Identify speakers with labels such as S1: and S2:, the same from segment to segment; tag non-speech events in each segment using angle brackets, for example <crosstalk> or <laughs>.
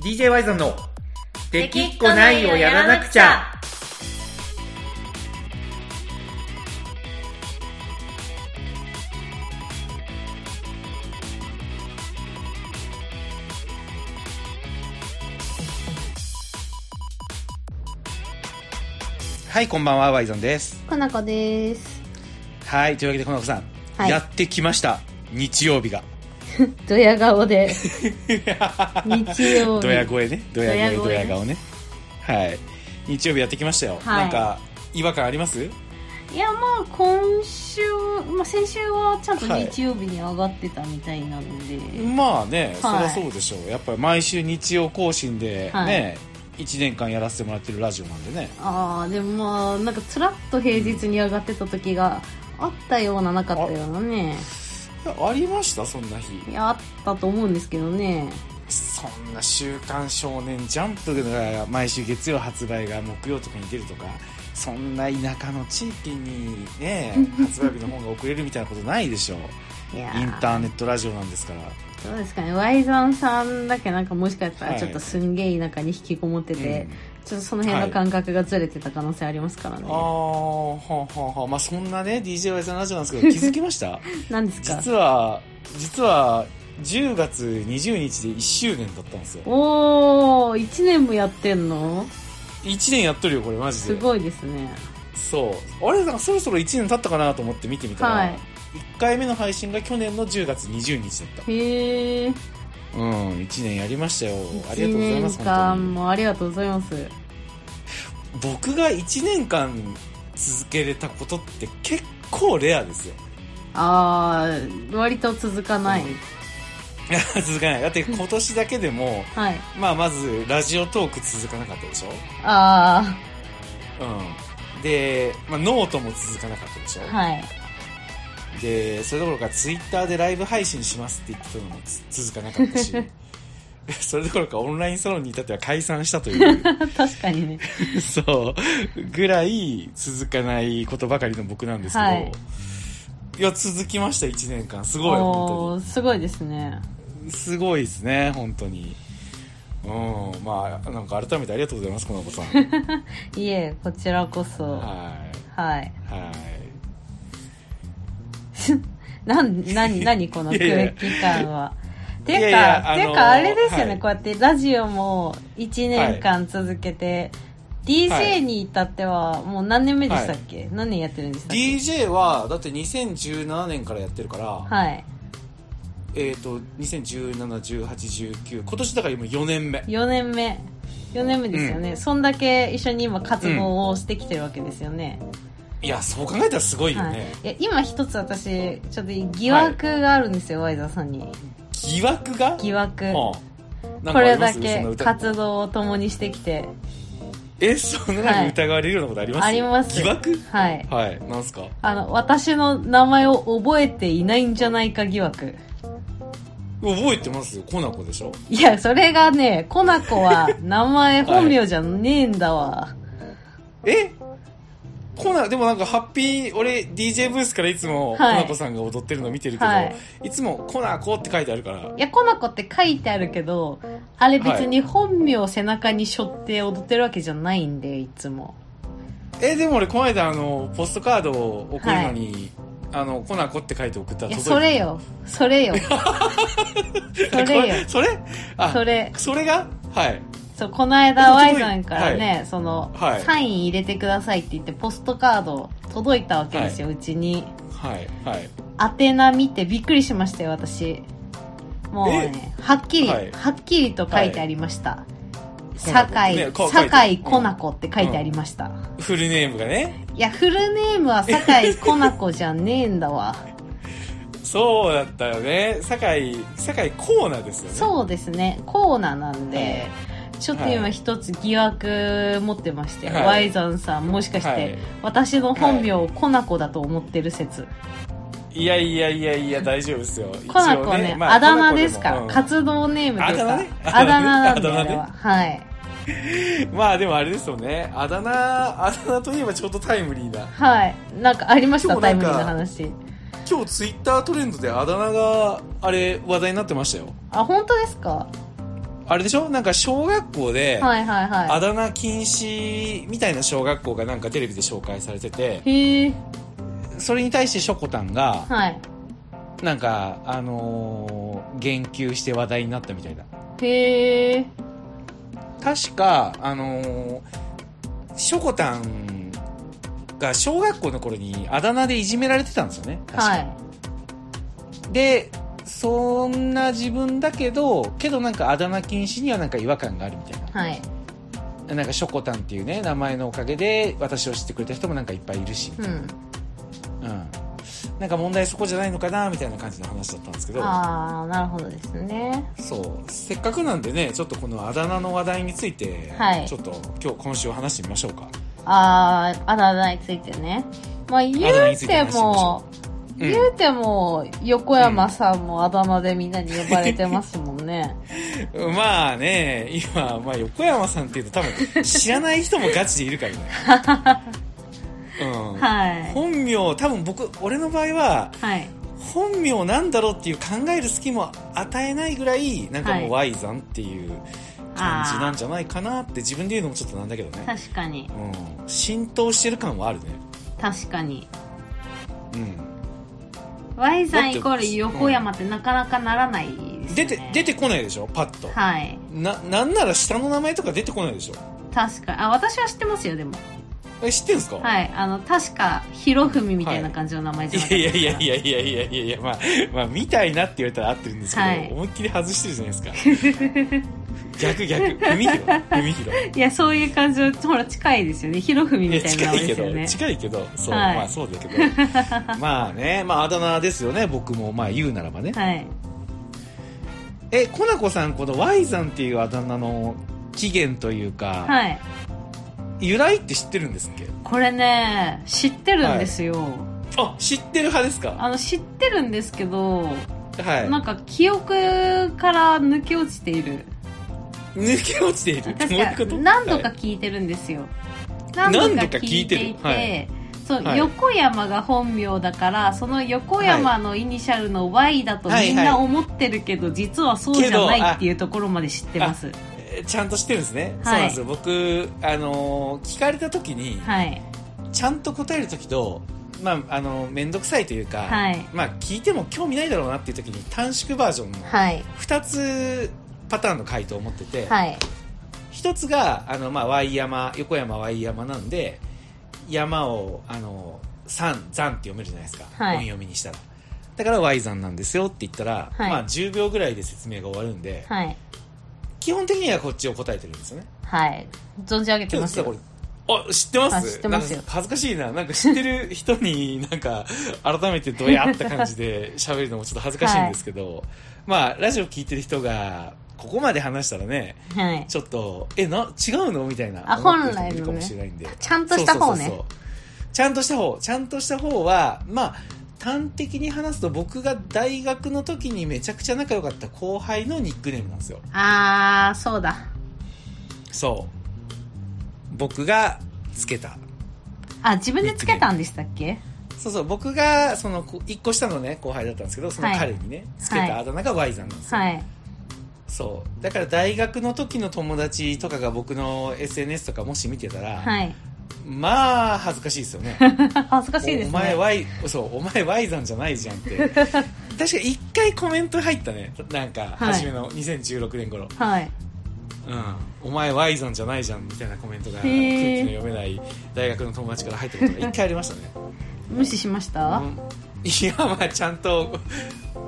S1: DJ ワイゾンの「できっこないをやらなくちゃ」はいこんばんはワイゾンです
S2: かなこです。
S1: はいというわけでこの子さん、
S2: はい
S1: やってきました日曜日が
S2: ドヤ
S1: <laughs>
S2: 顔で。日曜
S1: ド
S2: 日。
S1: ヤ声ねドヤ声
S2: ドヤ声ね
S1: ドヤ顔ねはい日曜日やってきましたよ、
S2: は
S1: な
S2: い
S1: んか違和感あります
S2: いや、まあ、今週、まあ、先週はちゃんと
S1: はい
S2: 日曜日に上がってたみたいなので。
S1: まあね、
S2: はい
S1: そりゃそうでしょうやっぱり毎週日曜更新で
S2: はい
S1: ね、一1年間やらせてもらってるラジオなんでね
S2: ああ、でもまあ、なんか、つらっと平日に上がってた時が、あったような、なかったようなね。
S1: いやありましたそんな日
S2: いや、あったと思うんですけどね。
S1: そんな「週刊少年ジャンプ」が毎週月曜発売が木曜とかに出るとかそんな田舎の地域に
S2: <laughs>
S1: ね発売日の本が遅れるみたいなことないでしょう
S2: いや
S1: インターネットラジオなんですから
S2: どうですかね。ワイザンさんだけなんか、もしかした
S1: は
S2: ら、
S1: い
S2: ちょっとすんげえ田舎に引きこもってて、
S1: うん
S2: ちょっとその辺の感覚がずれてた可能性ありますからね。
S1: ああはあはあはあまあそんなね DJY さんのラジオなんです
S2: <laughs>
S1: けど気づきました
S2: なんですか
S1: 実は実は10月20日で1周年だったんですよ
S2: おー、1年もやってんの
S1: 1年やっとるよこれマジです
S2: ごいですね。
S1: そうあれなんかそろそろ1年経ったかなと思って見てみたら、
S2: は
S1: 1回目の配信が去年の10月20日だっ
S2: い。へー。
S1: たうん1年やりましたよありがとう
S2: 1
S1: ございま
S2: 年
S1: す本
S2: 間もありがとうございます。
S1: 当に僕が1年間続けれたことって結構レアですよ
S2: あー、割と続かない。
S1: 続かないだって今年だけでも
S2: はい。
S1: まあまずラジオトーク続かなかったでしょ
S2: あ
S1: うんで、まあ、ノートも続かなかったでしょ、
S2: ー、はい。
S1: でそれどころかツイッターでライブ配信しますって言ってたのもつ続かなかったし
S2: <laughs>
S1: それどころかオンラインサロンに至っては解散したと
S2: <laughs>
S1: いう
S2: <laughs> 確かにね。
S1: そうぐらい続かないことばかりの僕なんですけど、
S2: はいい、
S1: や続きました1年間すごい
S2: お
S1: 本
S2: ー、すごいですね。
S1: 当にすごいですね本当にうんまあなんか改めてありがとうございますこの
S2: <laughs>
S1: 子さん
S2: いえ、こちらこそ。
S1: はい
S2: はい。
S1: はい
S2: なん、
S1: <laughs>
S2: なに、なにこの
S1: いやいや
S2: 空気感は。ていうか、
S1: いやいやあの
S2: ていうかあれですよね、
S1: はい
S2: こうやってラジオも1年間続けて、
S1: はい
S2: DJ に至ってはもう何年目でしたっけ、何年やってるんでしたっけ、
S1: DJ はだって2017年からやってるから、
S2: はい。
S1: えっ、と20171819今年だから今4年目
S2: 4年目。4年目ですよね、
S1: うん
S2: そんだけ一緒に今活動をしてきてるわけですよね。
S1: いやそう考えたらすごいよ
S2: はい
S1: ね、。
S2: いや、今一つ私、ちょっと疑惑があるんですよ、ワイザーさんに。
S1: 疑惑が
S2: 疑惑。
S1: うんなん
S2: こ
S1: かあ
S2: れ
S1: りま
S2: だ
S1: すそん
S2: け
S1: な疑
S2: 活動を共にしてきて。
S1: えそんな
S2: は
S1: 何
S2: い
S1: 疑われるようなことあります、
S2: あります。
S1: 疑惑
S2: はい。
S1: はいなんすか
S2: あの、私の名前を覚えていないんじゃないか疑惑。
S1: 覚えてますよコナコでしょ
S2: いや、それがね、コナコは名前本名じゃねえんだわ。
S1: えコナでもなんかハッピー俺 DJ ブースからいつもコ
S2: はい
S1: ナコさんが踊ってるの見てるけど、
S2: はいい、
S1: つもコナコって書いてあるから
S2: い、や、コナコって書いてあるけど、あれ別に本名を背中に背負って踊ってるわけじゃないんで、いつも。
S1: えでも俺この間あのポストカードを送るのに、あのコナコって書いて送った
S2: い
S1: ら
S2: や、
S1: 届い
S2: それよ。それよ。
S1: <laughs>
S2: それよ。
S1: それあ
S2: それ、
S1: それがはい
S2: そう、この間、
S1: え
S2: Y
S1: 届い
S2: さんからね、その、
S1: はい
S2: サイン入れてくださいって言って、ポストカード届いたわけですよ、うちに。
S1: はいはい
S2: 宛名見てびっくりしましたよ私もうねはっきり、
S1: はい
S2: はっきりと書いてありました、
S1: はい
S2: 酒
S1: ね
S2: 井
S1: こう書いて
S2: 酒井コナコって書いてありました、
S1: フルネームがね
S2: いやフルネームは酒井コナコじゃねえん
S1: <laughs>
S2: だわ
S1: そうだったよね酒井酒井コーナですよね
S2: そうですねコーナーなんで、ちょっと
S1: は
S2: 今
S1: い
S2: 一つ疑惑持ってまして、
S1: はい
S2: ワイザンさんもしかして、
S1: はい
S2: 私の本名をコナコだと思ってる説、
S1: いやいやいやいや大丈夫ですよ
S2: コナコはね、あだ名ですか
S1: コ
S2: ら、
S1: ナコでも
S2: 活動ネームですから
S1: あ
S2: あ
S1: だ名
S2: だ名
S1: ね
S2: なんだよ、
S1: あだ名ね
S2: あれははい
S1: うんまあでもあれですよねあだ名あだ名といえばちょっとタイムリーな
S2: はい。なんかありまし
S1: 今
S2: た
S1: 日な
S2: タイ
S1: ん
S2: ム
S1: か
S2: リーな話。
S1: 今日ツイッタートレンドであだ名があれ話題になってましたよ
S2: あ、本当ですか
S1: あれでしょなんか小学校で、
S2: はいはいは
S1: あだ名禁止みたいな小学校がなんかテレビで紹介されてて
S2: い。へえ。
S1: それに対してしょこたんが
S2: はい。
S1: なんかあのー言及して話題になったみたいだ
S2: へえ。
S1: 確かあのーしょこたんが小学校の頃にあだ名でいじめられてたんですよね確か、
S2: はい。
S1: でそんな自分だけどけどなんかあだ名禁止にはなんか違和感があるみたいな
S2: はい。
S1: なんかしょこたんっていうね名前のおかげで私を知ってくれた人もなんかいっぱいいるし、
S2: うん。
S1: うん、なんか問題そこじゃないのかなみたいな感じの話だったんですけど
S2: ああ、なるほどですね。
S1: そうせっかくなんでねちょっとこのあだ名の話題について、
S2: はい
S1: ちょっと今日今週話してみましょうか
S2: ああ、あだ名についてね。まあ言
S1: あだ名に
S2: う
S1: ついて
S2: て
S1: 話しまし
S2: も
S1: ょ、うん
S2: 言うても、横山さんもあだ名でみんなに呼ばれてますも
S1: <laughs>
S2: んね。
S1: まあね今、まあ、横山さんっていうと多分知らない人もガチでいるからね、
S2: <laughs>
S1: うん
S2: はい。
S1: 本名多分僕俺の場合は
S2: はい。
S1: 本名なんだろうっていう考える隙も与えないぐらいなんかもう
S2: は
S1: Y さんっていう感じなんじゃないかなって自分で言うのもちょっとなんだけ
S2: <laughs>
S1: どね、
S2: 確かに。
S1: うん、浸透してる感はあるね
S2: 確かに。
S1: うん
S2: Y さ
S1: だっ
S2: ん
S1: て
S2: イコール横山ってなかなかならないです
S1: 出
S2: よね。
S1: て出てこないでしょパッと
S2: はい。
S1: ななんなら下の名前とか出てこないでしょ
S2: 確かあ、私は知ってますよ、でも。
S1: え知ってんすか、
S2: はい。あの、確か、ひろふみみたいな感じの名前じゃなかった
S1: い
S2: で
S1: や
S2: すか
S1: いやいやいやいやいやいや、まあ、まあ、みたいなって言われたら合ってるんですけど、
S2: はい
S1: 思いっきり外してるじゃないですか。逆逆、海広、海広。
S2: <laughs> いや、そういう感じの、ほら、近いですよね。ひろふみ
S1: いや
S2: みたいな
S1: 近
S2: 名
S1: い
S2: 前
S1: け
S2: です
S1: ど、
S2: よね。
S1: 近いけど、そう、
S2: はい
S1: まあそうだけ
S2: <laughs>
S1: ど。まあね、まああだ名ですよね、僕も、まあ言うならばね。
S2: はい。
S1: え、コナコさん、この Y さんっていうあだ名の起源というか、
S2: はい。
S1: 由来って知ってるんですっけ
S2: これね、知ってるんですよ。
S1: あ、知ってる派ですか
S2: あの、知ってるんですけど、
S1: はい。
S2: なんか、記憶から抜け落ちている。
S1: 抜け落ちている。どういうこ
S2: 確か
S1: と
S2: 何度か
S1: はい
S2: 聞いてるんですよ、
S1: い
S2: 何度か聞いてい
S1: 何度
S2: て、
S1: か聞い
S2: そう、
S1: はい
S2: 横山が本名だからその横山のイニシャルの Y だと
S1: はい
S2: みんな思ってるけど、実はそうじゃ
S1: けど
S2: な
S1: あ
S2: いっていうところまで知ってます
S1: えーちゃんと知ってるんですね。
S2: はい
S1: そうなんですよ。僕、あのー聞かれた時に、
S2: はい
S1: ちゃんと答える時と、まあ、あの、めんどくさいというか、
S2: はい
S1: まあ、聞いても興味ないだろうなっていう時に短縮バージョンの
S2: はい
S1: 2つパターンの回答を持ってて、
S2: はい
S1: 一1つが、あの、まあ、Y 山、横山 Y 山なんで、山を、あの、山、山って読めるじゃないですか。
S2: はい
S1: 音読みにしたら。だから Y 山なんですよって言ったら、
S2: はい
S1: まあ、10秒ぐらいで説明が終わるんで、
S2: はい
S1: 基本的にはこっちを答えてるんですよね。
S2: はい存じ上げて
S1: 今
S2: ま
S1: 日
S2: す
S1: 実はこ
S2: よ
S1: れあ知ってま
S2: あ
S1: す
S2: 知ってますよ
S1: なんか恥ずかしいななんか知ってる人に <laughs> なんか改めてドヤった感じで喋るのもちょっと恥ずかしいんですけど、まあラジオ聞いてる人がここまで話したらね
S2: はい
S1: ちょっとえな違うのみたいな
S2: あ
S1: 思ってる人も
S2: 本来のね
S1: いるかもしれないんで
S2: ちゃんとした方ね
S1: そうそうそうそうちゃんとした方ちゃんとした方はまあ端的に話すと僕が大学の時にめちゃくちゃ仲良かった後輩のニックネームなんですよ
S2: ああそうだ
S1: そう僕がつけた
S2: あ自分でつけたんでしたっけ
S1: そうそう、僕が、その、こ一個下のね、後輩だったんですけど、その彼にね、つけたあだ名が Y さんなんですよ。
S2: はい
S1: そう。だから大学の時の友達とかが僕の SNS とかもし見てたら、
S2: はい
S1: まあ、恥ずかしいですよね。
S2: 恥ずかしいで
S1: お
S2: すね
S1: 前 Y、そう、お前 Y さんじゃないじゃん
S2: <laughs>
S1: って。確か一回コメント入ったね。なんか、
S2: はい
S1: 初めの2016年頃。
S2: はい
S1: うん。お前 Y さんじゃないじゃんみたいなコメントが、空気
S2: ー
S1: の読めない大学の友達から入ったことが一回ありましたね。
S2: 無視しました、
S1: うんいやまあちゃんと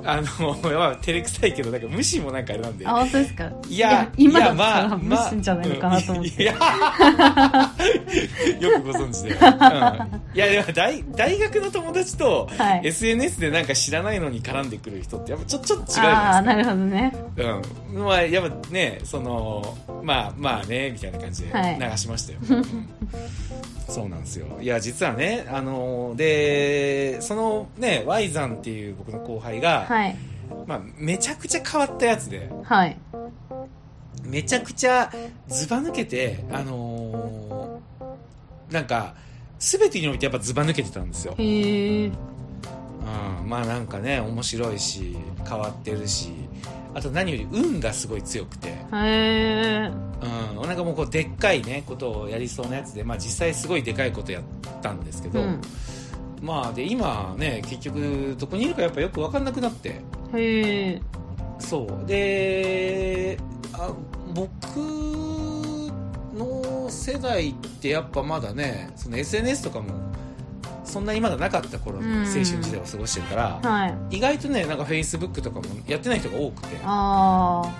S1: あの <laughs> まあ照れくさいけどなんか無視もなんかあれなんで
S2: あ、本当ですか
S1: いや
S2: 今
S1: いや
S2: だった
S1: まあ
S2: ら無視んじゃないのかなと思っ
S1: い
S2: て。
S1: や <laughs> よくご存知で、うん、いやでも大大学の友達と
S2: はい
S1: SNS でなんか知らないのに絡んでくる人ってやっぱちょちょっと違うじ
S2: ああ
S1: ゃ
S2: ー、
S1: ない
S2: なるほどね。
S1: ですか、うん、まあやっぱねそのまあまあねみたいな感じで
S2: はい
S1: 流しましたよ、
S2: <laughs>
S1: うんそうなんですよいや実はねあのでそのね Y さんっていう僕の後輩が、
S2: はい。
S1: まあ、めちゃくちゃ変わったやつで
S2: はい。
S1: めちゃくちゃずば抜けてあのーなんか全てにおいてやっぱずば抜けてたんですよ、
S2: へえ。
S1: うん、まあなんかね面白いし変わってるしあと何より運がすごい強くて、
S2: へえ
S1: うん、なんかもうこうでっかいねことをやりそうなやつで、まあ、実際すごいでかいことやったんですけど、
S2: うん
S1: まあで今ね結局どこにいるかやっぱよく分かんなくなって
S2: へえ
S1: そうであ僕の世代ってやっぱまだねその SNS とかもそんなにまだなかった頃に
S2: うん
S1: 青春時代を過ごしてるから、
S2: はい
S1: 意外とねなんか Facebook とかもやってない人が多くて
S2: あ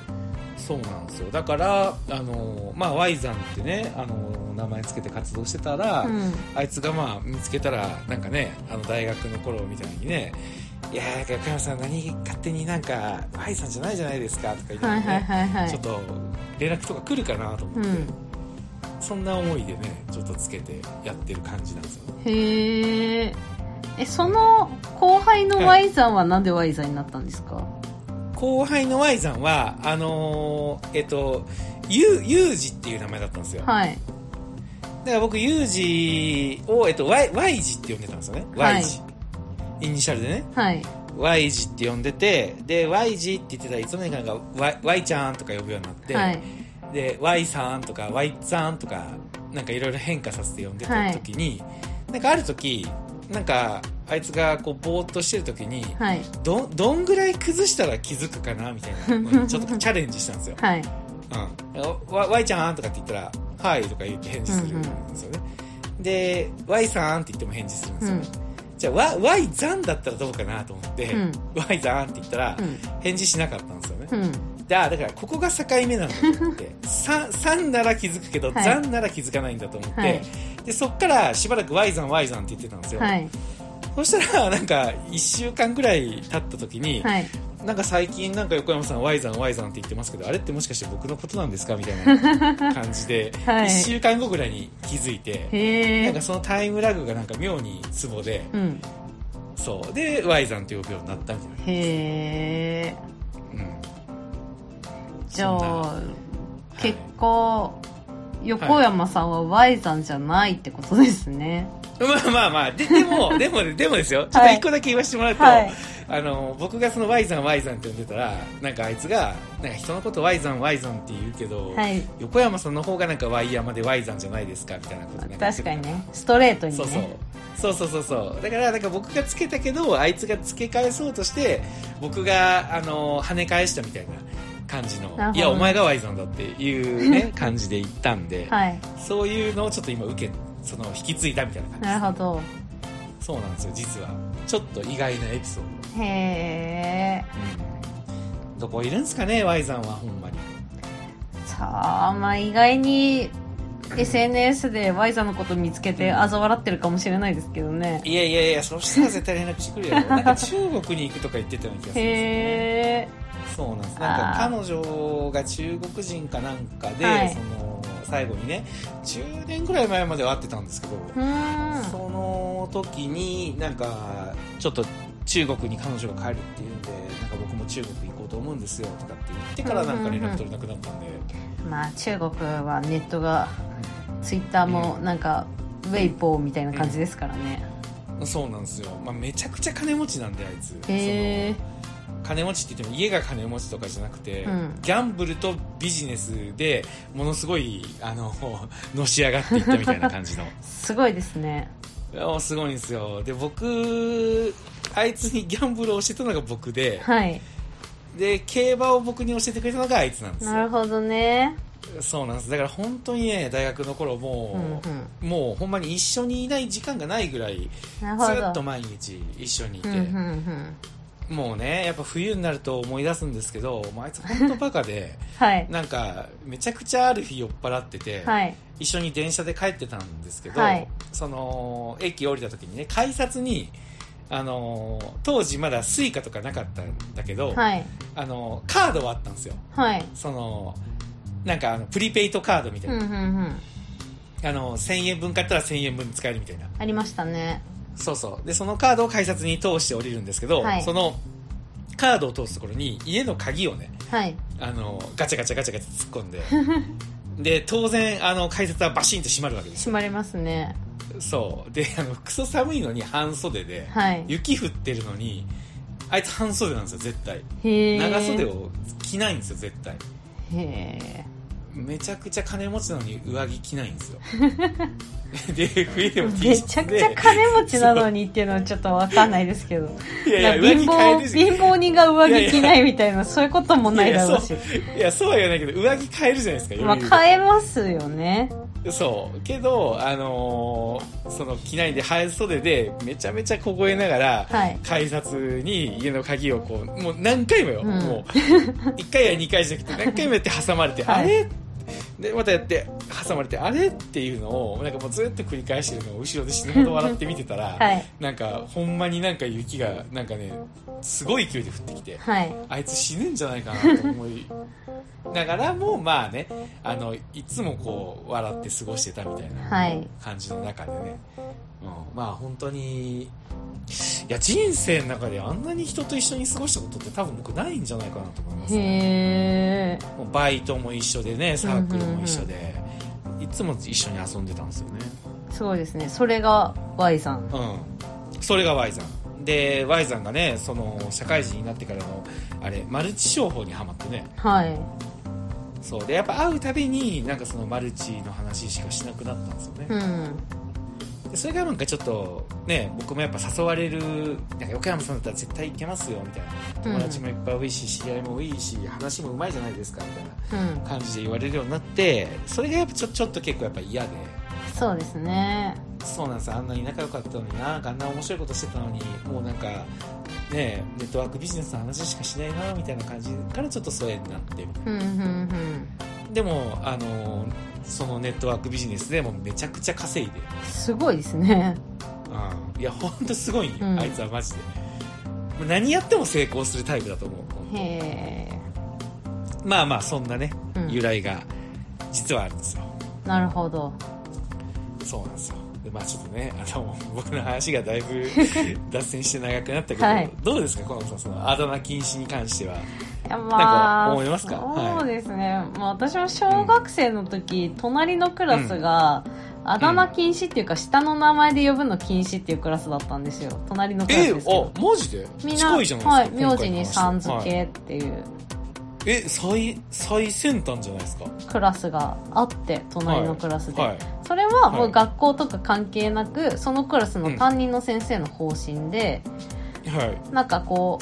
S1: そうなんですよだからあの、まあ、Y さんってねあの名前つけて活動してたら、
S2: あうん
S1: あいつがまあ見つけたらなんかねあの大学の頃みたいにね「いやー横山さん何勝手になんか Y さんじゃないじゃないですか」とか言って、ね
S2: はいはいはいは
S1: ちょっ
S2: い
S1: と連絡とか来るかなと思
S2: う
S1: って、
S2: ん
S1: そんな思いでねちょっとつけてやってる感じなんですよ
S2: へええその後輩の
S1: は
S2: Y さんはなんで Y さんになったんですか、
S1: 後輩の Y さんはあのーえっとゆうゆうじっていう名前だったんですよ、
S2: はい
S1: だから僕ユージを、えっと、Y, y 字って呼んでたんですよね、
S2: はい
S1: Y 字イニシャルでね
S2: はい。
S1: Y 字って呼んでてで Y 字って言ってたらいつの間にかなんか y, y ちゃんとか呼ぶようになって、
S2: はい。
S1: で Y さんとか Y さんとかなんかいろいろ変化させて呼んでた時に、なんかある時なんかあいつがこうぼーっとしてる時に
S2: はい。
S1: どどんぐらい崩したら気づくかなみたいな
S2: <laughs>
S1: のにちょっとチャレンジしたんですよ
S2: はい。
S1: うん、わ Y ちゃんとかって言ったら「はい」とか言って返事するんですよね、で「Y さん」って言っても返事するんですよね、じゃあ「Y ざん」だったらどうかなと思って「
S2: うん
S1: Y ざん」って言ったら
S2: うん。
S1: 返事しなかったんですよね、
S2: うん。
S1: であだからここが境目なんだと思
S2: <laughs>
S1: って「さん」さんなら気づくけど「
S2: はい
S1: ざん」なら気づかないんだと思って、
S2: はい
S1: でそっからしばらく「Y ざん Y ざん」って言ってたんですよ、
S2: はい。
S1: そしたらなんか1週間くらい経った時に、
S2: はい。
S1: なんか最近なんか横山さん Y さん Y さんって言ってますけどあれってもしかして僕のことなんですかみたい
S2: <laughs>
S1: な感じで、
S2: はい
S1: 1週間後ぐらいに気づいて
S2: へ
S1: なん
S2: え
S1: か。そのタイムラグがなんか妙にツボで
S2: うん。
S1: そうで Y さんって呼ぶようになったみたい
S2: へえ。
S1: な、うん、
S2: じゃ
S1: そ
S2: あ、結果、横山さんは Y さんじゃないってことですね。
S1: まあまあまあでで
S2: <laughs>
S1: もでもでもですよちょっと1個だけ言わせてもらうと、
S2: はい
S1: あの僕がその Y さん Y さんって呼んでたらなんかあいつがなんか人のこと Y さん Y さんって言うけど、
S2: はい。
S1: 横山さんの方がなんか Y 山で Y さんじゃないですかみたいなことなん言って
S2: 確
S1: た
S2: かにね。ストレートに
S1: そうそう
S2: ね。
S1: そうそうそうそうだからなんか僕がつけたけどあいつがつけ返そうとして僕があの跳ね返したみたいな感じの
S2: なるほど
S1: いやお前がワイさんだっていうね感じで言ったんで、
S2: はい。
S1: そういうのをちょっと今受けその引き継いだみたいな感じで
S2: な
S1: す
S2: るほど。
S1: そうなんですよ実はちょっと意外なエピソー
S2: へえ。
S1: ド、うん、どこいるんですかねワイさんはほんまに
S2: さあ、まあ意外に、SNS で Y さんのこと見つけて嘲笑ってるかもしれないですけどね。
S1: いやいやいやそしたら絶対連絡してくるやろなんか中国に行くとか言ってたような気がするんですよね
S2: へえ。
S1: そうなんですなんか
S2: あ
S1: 彼女が中国人かなんかで、
S2: はい
S1: その最後にね10年ぐらい前までは会ってたんですけど、
S2: うーん。
S1: その時になんかちょっと中国に彼女が帰るっていうんでなんか僕も中国行こうと思うんですよとかって言ってからなんか連絡取れなくなったんで、
S2: まあ中国はネットがツイッターもなんか、ウェイポーみたいな感じですからね、
S1: そうなんですよ、まあ、めちゃくちゃ金持ちなんであいつ
S2: へえ
S1: その金持ちって言っても家が金持ちとかじゃなくて、
S2: うん
S1: ギャンブルとビジネスでものすごいあののし上がっていったみたいな感じの。
S2: すごいですね
S1: いやすごいんですよで僕あいつにギャンブルを教えたのが僕で
S2: はい
S1: で競馬を僕に教えてくれたのがあいつなんです
S2: なる
S1: よ
S2: ほどね
S1: そうなんですだから本当にね大学の頃
S2: うんうん
S1: もう、もうほんまに一緒にいない時間がないぐらい
S2: なる
S1: ず
S2: ほ
S1: っと
S2: ど
S1: 毎日一緒にいて、
S2: うんうんうん
S1: もうねやっぱ冬になると思い出すんですけどもうあいつ本当バカで
S2: はい
S1: なんかめちゃくちゃある日酔っ払ってて、
S2: はい
S1: 一緒に電車で帰ってたんですけど、
S2: はい
S1: その駅降りた時にね改札にあのー当時まだスイカとかなかったんだけど、
S2: はい
S1: あのーカードはあったんですよ
S2: はい
S1: そのなんかあのプリペイトカードみたい
S2: うんう
S1: な、
S2: んうん
S1: あのー1000円分買ったら1000円分使えるみたいな
S2: ありましたね
S1: そうそうでそのカードを改札に通して降りるんですけど、
S2: はい
S1: そのカードを通すところに家の鍵をね
S2: はい
S1: あのーガチャガチャガチャガチャ突っ込
S2: <laughs>
S1: んでで当然あの改札はバシンと閉まるわけですよ
S2: 閉まりますね
S1: そうであのクソ寒いのに半袖で
S2: はい
S1: 雪降ってるのにあいつ半袖なんですよ絶対
S2: へえ
S1: 長袖を着ないんですよ絶対
S2: へ
S1: <laughs>
S2: え
S1: めちゃくちゃ金持ちなのに上着着ないんです
S2: <laughs>
S1: よで冬でも T
S2: め
S1: シャツ
S2: ちゃ
S1: で
S2: くちゃ金持ちなのにっていうのはちょっとわかんないですけど
S1: いやいや上
S2: 貧
S1: 着買え
S2: 乏
S1: るし
S2: 貧乏人が上着着ないみたいなそういうこともないだろうし
S1: いやそうは言わないけど上着買えるじゃないですか
S2: まあ
S1: 余裕で
S2: 買えますよね
S1: そうけど、あのーその機内で半袖でめちゃめちゃ凍えながら、
S2: はい
S1: 改札に家の鍵をこうもう何回もよ、
S2: うん
S1: もう1回や2回じゃなくて何回もやって挟まれて、
S2: はい
S1: あれでまたやって挟まれてあれっていうのをなんかもうずっと繰り返してるのを後ろで死ぬほど笑って見てたら、
S2: はい
S1: なんかほんまになんか雪がなんかねすごい勢いで降ってきて
S2: はい
S1: あいつ死ぬんじゃないかなと思いながらもまあねあのいつもこう笑って過ごしてたみたいな
S2: はい
S1: 感じの中でね、うん、まあ本当にいや人生の中であんなに人と一緒に過ごしたことって多分僕ないんじゃないかなと思います、
S2: へ
S1: ね、
S2: え
S1: もうバイトも一緒でねサークルも一緒で、いつも一緒に遊んでたんですよね
S2: すごいですねそれが Y さん
S1: うん、それが Y さんで Y さんがねその社会人になってからのあれマルチ商法にはまってね
S2: はい
S1: そうでやっぱ会うたびになんかそのマルチの話しかしなくなったんですよね
S2: う、ん
S1: でそれがなんかちょっとね僕もやっぱ誘われるなんか横山さんだったら絶対行けますよみたいな友達もいっぱい多いし知り合いも多いし話もうまいじゃないですかみたいな
S2: うん
S1: 感じで言われるようになってそれがやっぱちょちょっと結構やっぱ嫌で
S2: そうですね
S1: そうなんですあんなに仲良かったのになあんな面白いことしてたのにもうなんかねえネットワークビジネスの話しかしないなみたいな感じからちょっと疎遠になって
S2: うんうんうん
S1: でもあのそのネットワークビジネスでもうめちゃくちゃ稼いで、
S2: すごいですね
S1: いやほんとすごいよ、
S2: うん
S1: あいつはマジでもう何やっても成功するタイプだと思う
S2: へえ
S1: まあまあそんなね
S2: うん
S1: 由来が実はあるんですよ、
S2: なるほど
S1: そうなんですよでまあちょっとねあの僕の話がだい <laughs> ぶ脱線して長くなったけど、
S2: はい
S1: どうですかこのさんそのあだ名禁止に関してはいな
S2: やま
S1: ん
S2: あ
S1: か思いますかはい
S2: そうですね、まあ、私も小学生の時、隣のクラスが、あだ名禁止っていうか、下の名前で呼ぶの禁止っていうクラスだったんですよ隣のクラスですけど、
S1: あマジで
S2: みん
S1: 近いじゃな
S2: はいい
S1: ですか、今
S2: 名字
S1: 回の
S2: に
S1: 話
S2: さん付
S1: はい
S2: けっていう
S1: え最最先端じゃないですか
S2: クラスがあって隣のクラスで、
S1: はい
S2: それはも
S1: はいう
S2: 学校とか関係なく、そのクラスの担任の先生の方針で、
S1: はい
S2: なんかこ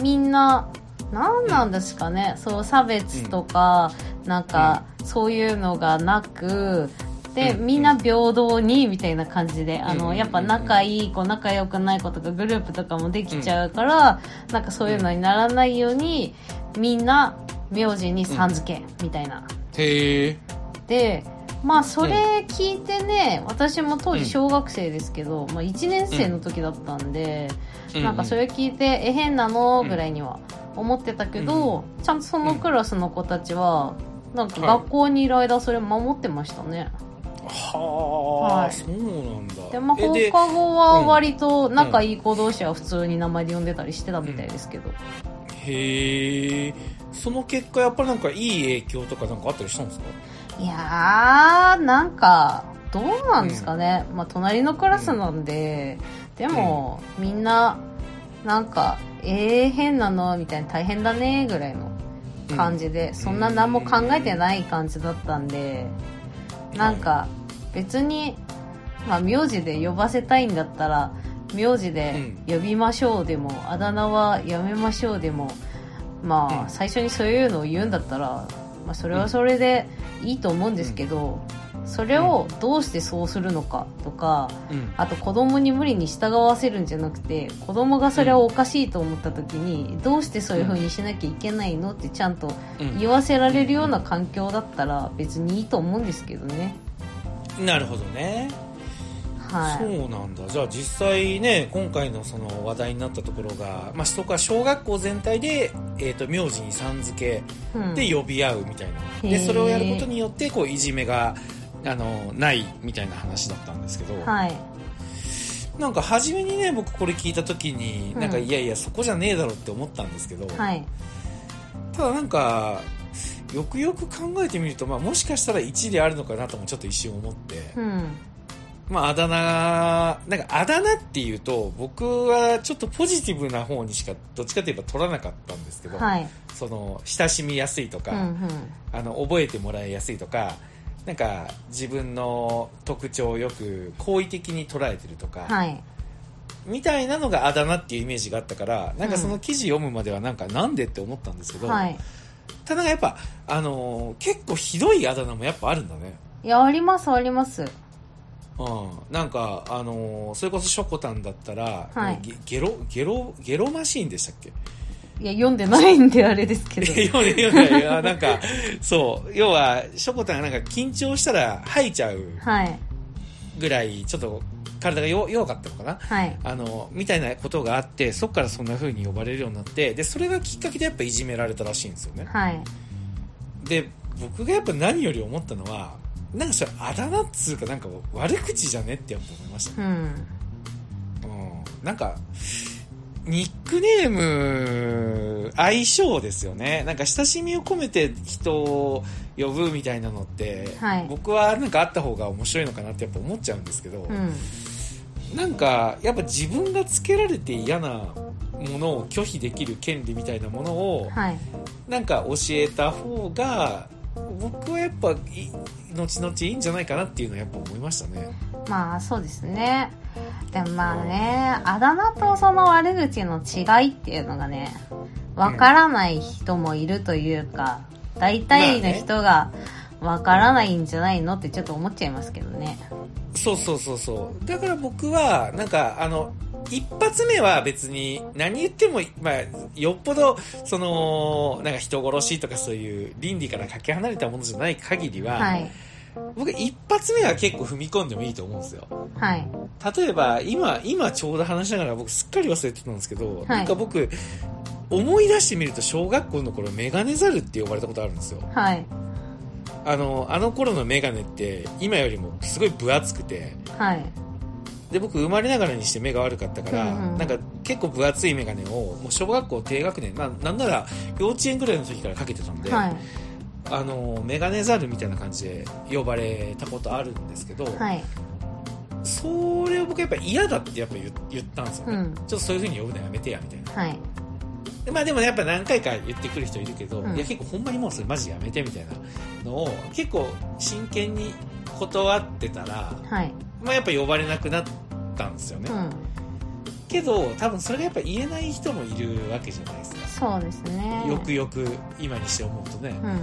S2: うみんな何なんですかね、そう差別とか、なんかそういうのがなくで、
S1: うん
S2: みんな平等にみたいな感じであ
S1: うんうんう
S2: の
S1: ん
S2: やっぱ仲いい子仲良くない子とかグループとかもできちゃうから、なんかそういうのにならないようにみんな名字にさん付けみたいな。
S1: へえ
S2: でまあそれ聞いてね、私も当時小学生ですけど、まあ、1年生の時だったんで、なんかそれ聞いて、え、変なのぐらいには思ってたけど、ちゃんとそのクラスの子たちは、なんか学校にいる間それ守ってましたね。
S1: はあ、
S2: はい
S1: そうなんだ
S2: で、まあ
S1: え
S2: 放
S1: で
S2: 課後は割と仲いい子同士は普通に名前で呼んでたりしてたみたいですけど。
S1: へえその結果やっぱりなんかいい影響とかなんかあったりしたんですか
S2: いやー、なんか、どうなんですかね。まあ隣のクラスなんで、でも、みんな、なんか、えー、変なの、みたいな大変だね、ぐらいの感じで、そんな何も考えてない感じだったんで、なんか別に、まあ、名字で呼ばせたいんだったら名字で呼びましょうでも、あだ名はやめましょうでもま
S1: う
S2: あ
S1: ん
S2: 最初にそういうのを言うんだったら、まあ、それはそれでいいと思うんですけど、それをどうしてそうするのかとか、
S1: うん
S2: あと子供に無理に従わせるんじゃなくて子供がそれはおかしいと思った時にどうしてそういう風にしなきゃいけないのってちゃんと
S1: うん
S2: 言わせられるような環境だったら別にいいと思うんですけどね
S1: なるほどね
S2: は
S1: そうなんだじゃあ実際ね今回のその話題になったところが、まあ、そこは小学校全体で、えー、と名字にさん付
S2: い、うん
S1: けで呼び合うみたいな、
S2: うん
S1: で
S2: へー
S1: それをやることによってこういじめがあのないみたいな話だったんですけど、
S2: はい
S1: なんか初めにね僕これ聞いた時になんか、
S2: うん
S1: いやいやそこじゃねえだろって思ったんですけど、
S2: はい
S1: ただなんかよくよく考えてみると、まあ、もしかしたら一理あるのかなともちょっと一瞬思って。
S2: うん
S1: まあ、あだ名、なんかあだ名っていうと、僕はちょっとポジティブな方にしか、どっちかといえば取らなかったんですけど、
S2: はい。
S1: その、親しみやすいと
S2: うんう
S1: か、
S2: ん。
S1: あの、覚えてもらいやすいとか、なんか自分の特徴をよく好意的に捉えてるとか、
S2: はい。
S1: みたいなのがあだ名っていうイメージがあったから、なんかその記事読むまではなんかなんでって思ったんですけど、
S2: はい。
S1: ただやっぱ、あのー結構ひどいあだ名もやっぱあるんだね。
S2: いや、あります、あります。
S1: うん、なんか、あのーそれこそショコタンだったら、
S2: はい
S1: ゲゲロ、ゲロ、ゲロマシーンでしたっけ
S2: いや、読んでないんであれですけど。
S1: <laughs> 読んで読んで、いやなんか、そう、要は、ショコタンがなんか緊張したら吐いちゃう
S2: はい。
S1: ぐらい、ちょっと体がよ弱かったのかな
S2: はい。
S1: あの、みたいなことがあって、そっからそんな風に呼ばれるようになって、で、それがきっかけでやっぱいじめられたらしいんですよね。
S2: はい。
S1: で、僕がやっぱ何より思ったのは、なんかそれあだ名っつうかなんか悪口じゃねってやっぱ思いましたね
S2: うん。
S1: うんなんか、ニックネーム、相性ですよね。なんか親しみを込めて人を呼ぶみたいなのって、
S2: はい
S1: 僕はなんかあった方が面白いのかなってやっぱ思っちゃうんですけど、
S2: うん。
S1: なんかやっぱ自分がつけられて嫌なものを拒否できる権利みたいなものを、
S2: はい。
S1: なんか教えた方が、僕はやっぱい、後々いいんじゃないかなっていうのはやっぱ思いましたね。
S2: まあ、そうですね。でもまあね、あだ名とその悪口の違いっていうのがね、わからない人もいるというか、大体の人がわからないんじゃないのってちょっと思っちゃいますけどね。
S1: そうそうそうそうだから僕はなんかあの一発目は別に何言っても、まあ、よっぽどそのなんか人殺しとかそういう倫理からかけ離れたものじゃない限りは、
S2: はい。
S1: 僕一発目は結構踏み込んでもいいと思うんですよ
S2: はい。
S1: 例えば今今ちょうど話しながら僕すっかり忘れてたんですけど、
S2: い
S1: なんか僕思い出してみると小学校の頃メガネザルって呼ばれたことあるんですよ
S2: はい。
S1: あのあの頃のメガネって今よりもすごい分厚くて
S2: はい。
S1: で僕生まれながらにして目が悪かったから、
S2: うんうん
S1: なんか結構分厚い眼鏡をもう小学校低学年、まあ、なんなら幼稚園ぐらいの時からかけてたんで、
S2: はい。
S1: あの眼鏡ザルみたいな感じで呼ばれたことあるんですけど、
S2: はい。
S1: それを僕やっぱ嫌だってやっぱ言言ったんですよね、
S2: うん
S1: ちょっとそういう風に呼ぶのやめてやみたいな
S2: はい。
S1: で,、まあ、でもやっぱ何回か言ってくる人いるけど、
S2: うん
S1: いや結構ほんまにもうそれマジやめてみたいなのを結構真剣に断ってたら、
S2: はい。
S1: まあ、やっぱ呼ばれなくなったんですよね、
S2: うん。
S1: けど多分それがやっぱ言えない人もいるわけじゃないですか
S2: そうですね。
S1: よくよく今にして思うとね
S2: うん。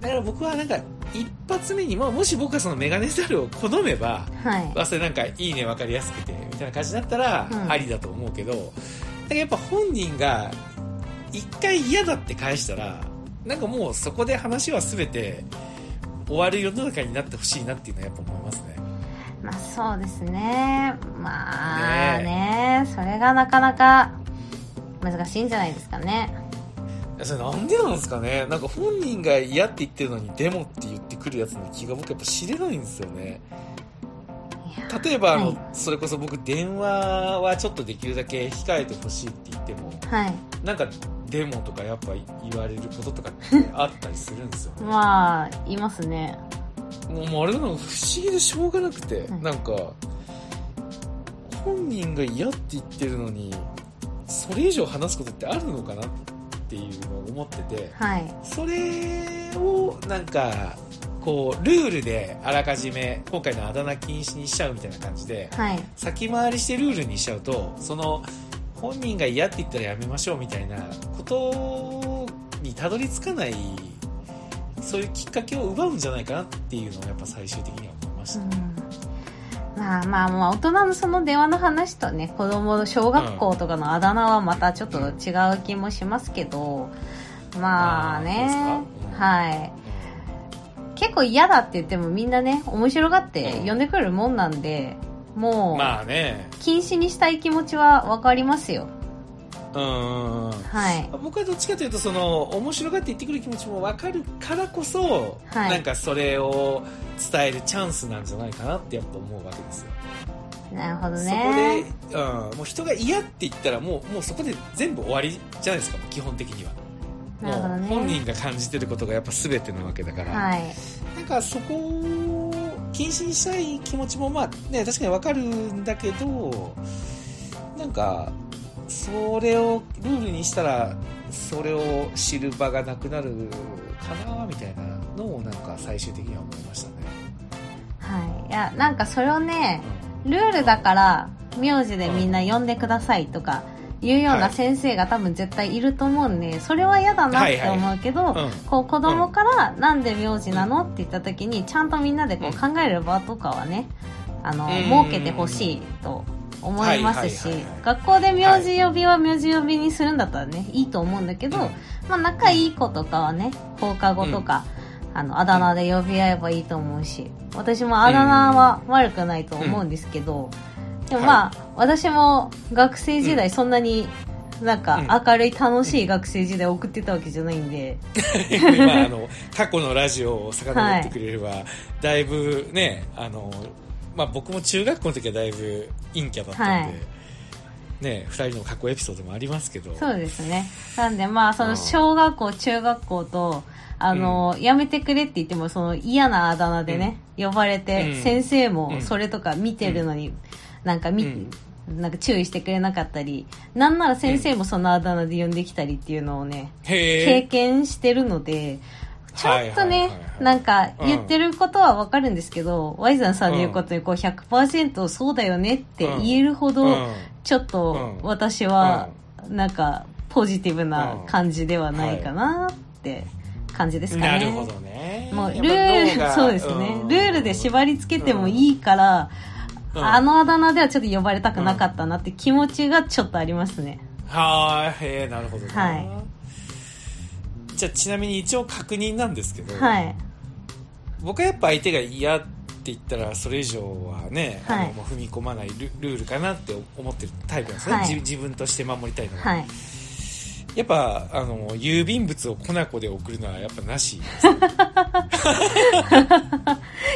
S1: だから僕はなんか一発目にももし僕がそのメガネザルを好めば
S2: はい。
S1: わそれなんかいいね分かりやすくてみたいな感じだったら
S2: うん
S1: ありだと思うけど、だからやっぱ本人が一回嫌だって返したらなんかもうそこで話は全て終わる世の中になってほしいなっていうのはやっぱ思いますね
S2: まあそうですね。まあ
S1: ね
S2: ね、それがなかなか難しいんじゃないですかね。
S1: いやそれなんでなんですかねなんか本人が嫌って言ってるのにでもって言ってくるやつの気が僕やっぱ知れないんですよね
S2: いや
S1: 例えばあの、
S2: はい
S1: それこそ僕電話はちょっとできるだけ控えてほしいって言っても
S2: はい。
S1: なんかでもとかやっぱ言われることとかってあったりするんですよ
S2: まあ、いますね。
S1: も <laughs> うもうあれなの不思議でしょうがなくて、
S2: うん
S1: なんか本人が嫌って言ってるのにそれ以上話すことってあるのかなっていうのを思ってて
S2: はい。
S1: それをなんかこうルールであらかじめ今回のあだ名禁止にしちゃうみたいな感じで
S2: はい。
S1: 先回りしてルールにしちゃうとその本人が嫌って言ったらやめましょうみたいなことにたどり着かないそういうきっかけを奪うんじゃないかなっていうのをやっぱ最終的には思いまし
S2: う
S1: た、
S2: んまあまあまあ、大人のその電話の話とね、子供の小学校とかのあだ名はまたちょっと違う気もしますけど、まあ
S1: あ
S2: ね
S1: ーそうです、か
S2: はい。結構嫌だって言ってもみんなね、面白がって呼んでくるもんなんで、
S1: う
S2: も
S1: ん
S2: う、
S1: まあね
S2: 禁止にしたい気持ちはわかりますよ。
S1: うんうんうん
S2: はい。
S1: 僕はどっちかというとその面白がって言ってくる気持ちも分かるからこそ、
S2: はい
S1: なんかそれを伝えるチャンスなんじゃないかなってやっぱ思うわけですよ、
S2: なるほどね。
S1: そこで、うん、もう人が嫌って言ったらもうもうそこで全部終わりじゃないですかもう基本的には
S2: なるほど
S1: もう
S2: ね。
S1: 本人が感じてることがやっぱ全てなわけだから、
S2: はい。
S1: なんかそこ禁止にしたい気持ちもまあね確かにわかるんだけどなんかそれをルールにしたらそれを知る場がなくなるかなみたいなのをなんか最終的には思いましたね、
S2: はい、いやなんかそれをねルールだから名字でみんな呼んでくださいとかいうよう
S1: は
S2: ない先生が多分絶対いると思うんで、それは嫌だなって思うけど、
S1: いうん
S2: こう子供からなんで名字なのって言った時にちゃんとみんなでこう
S1: う
S2: 考える場とかはねあの
S1: うん
S2: 設けてほしいと思いますし
S1: はいはいはいはい
S2: 学校で名字呼びは名字呼びにするんだったらねいいと思うんだけど、
S1: うん
S2: まあ、仲いい子とかはね放課後とか、あのあだ名で呼び合えばいいと思うし私もあだ名は悪くないと思うんですけど、でもまあ、私も学生時代そんなになんか明るい楽しい学生時代送ってたわけじゃないんで、
S1: うん、まああの過去のラジオを遡ってくれれば、だいぶねあの、まあ、僕も中学校の時はだいぶ陰キャだったんで、
S2: はい
S1: ね、2人の過去エピソードもありますけど
S2: そうですね。なんでまあ、その小学校、中学校と、あの、やめてくれって言っても、その嫌なあだ名でね、呼ばれて、
S1: うん
S2: 先生
S1: う
S2: も
S1: ん
S2: それとか見てるのに、なんか
S1: う
S2: み
S1: ん、
S2: なんか注意してくれなかったり、なんなら先生もそのあだ名で呼んできたりっていうのをね、
S1: へ
S2: 経
S1: え
S2: 験してるので、ちょっと
S1: はいはい
S2: ね
S1: はいは、い
S2: なんか
S1: うん
S2: 言ってることはわかるんですけど、ワイザンさんの言うことにこう100%そうだよねって言えるほど、ちょっと
S1: うん
S2: 私はなんかポジティブな感じではないかなって感じですかね。
S1: なるほどね
S2: もう
S1: やっ
S2: ル
S1: ぱ脳
S2: ール、
S1: が
S2: そうですね。
S1: うん
S2: ルールで縛り付けてもいいから、
S1: うん
S2: あのあだ名ではちょっと呼ばれたくなかったなって気持ちがちょっとありますね。
S1: はーい、へーなるほどな、
S2: は
S1: じゃあちなみに一応確認なんですけど、
S2: はい。
S1: 僕はやっぱ相手が嫌って言ったらそれ以上はね、
S2: は
S1: あ
S2: い
S1: のもう踏み込まないルルールかなって思ってるタイプなんですね、
S2: はい
S1: じ自分として守りたいのは、
S2: はい。
S1: やっぱあの郵便物を粉子で送るのはやっぱなし <laughs>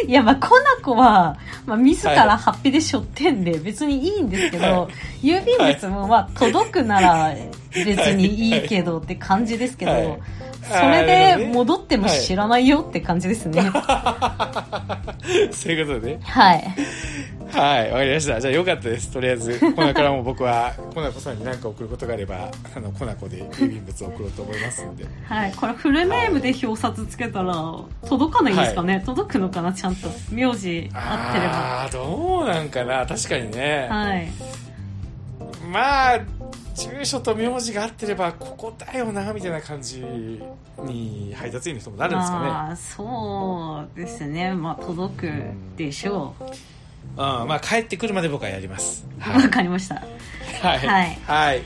S2: いや、まあ、コナコは、まあ、自らハッピーでしょってんで、別にいいんですけど、
S1: は
S2: 郵便物も、まあ、届くなら別にいいけどって感じですけど、
S1: はい
S2: そ
S1: あーなるほ
S2: れ
S1: ど
S2: で
S1: ね
S2: 戻っても知らないよって感じですね。はい。
S1: そういうことでねはいわかりましたじゃあよかったですとりあえず粉からも僕は粉子さんに何か送ることがあればあの粉子で郵便物を送ろうと思いますん
S2: <laughs>
S1: で
S2: はい。これ、フルネームで表札つけたら、届かないんですかね、届くのかなちゃんと。名字合ってれば。
S1: ああどうなんかな確かにね、
S2: はい。
S1: まあ住所と名字が合ってればここだよなみたいな感じに配達員の人もなるんですかね
S2: まあ、そうですね。まあ、届くでしょう。
S1: うんまあ帰ってくるまで僕はやり
S2: <laughs>
S1: ます
S2: わかりました。
S1: はい、
S2: はい
S1: はい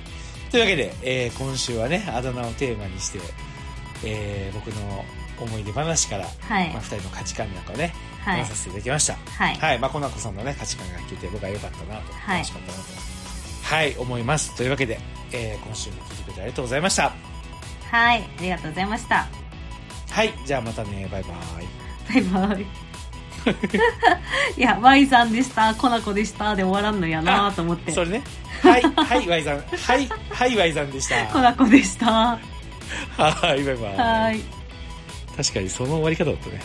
S1: というわけで、えー今週はねあだ名をテーマにして、えー僕の思い出話から、
S2: はい
S1: まあ、2人の価値観なんかをね、
S2: はい
S1: 話させていただきました
S2: はい。
S1: はい、まあ、こなこさんのね、価値観が聞いて、僕は良かったなと、
S2: はい
S1: 楽しかったなと、はい、思います。というわけで、えー今週も聞いてくれてありがとうございました。
S2: はい。ありがとうございました。
S1: はい、じゃあまたね、バイバイ。
S2: バイバイ。いや、ワイさんでした、コナコでした、で終わらんのやなと思っ
S1: <laughs>
S2: て。
S1: それね、はい、はい、ワイさん、はい、はい、ワイさんでした。
S2: コナコでした。
S1: はい、バイバイ。
S2: はい。
S1: 確かにその終わり方だったね。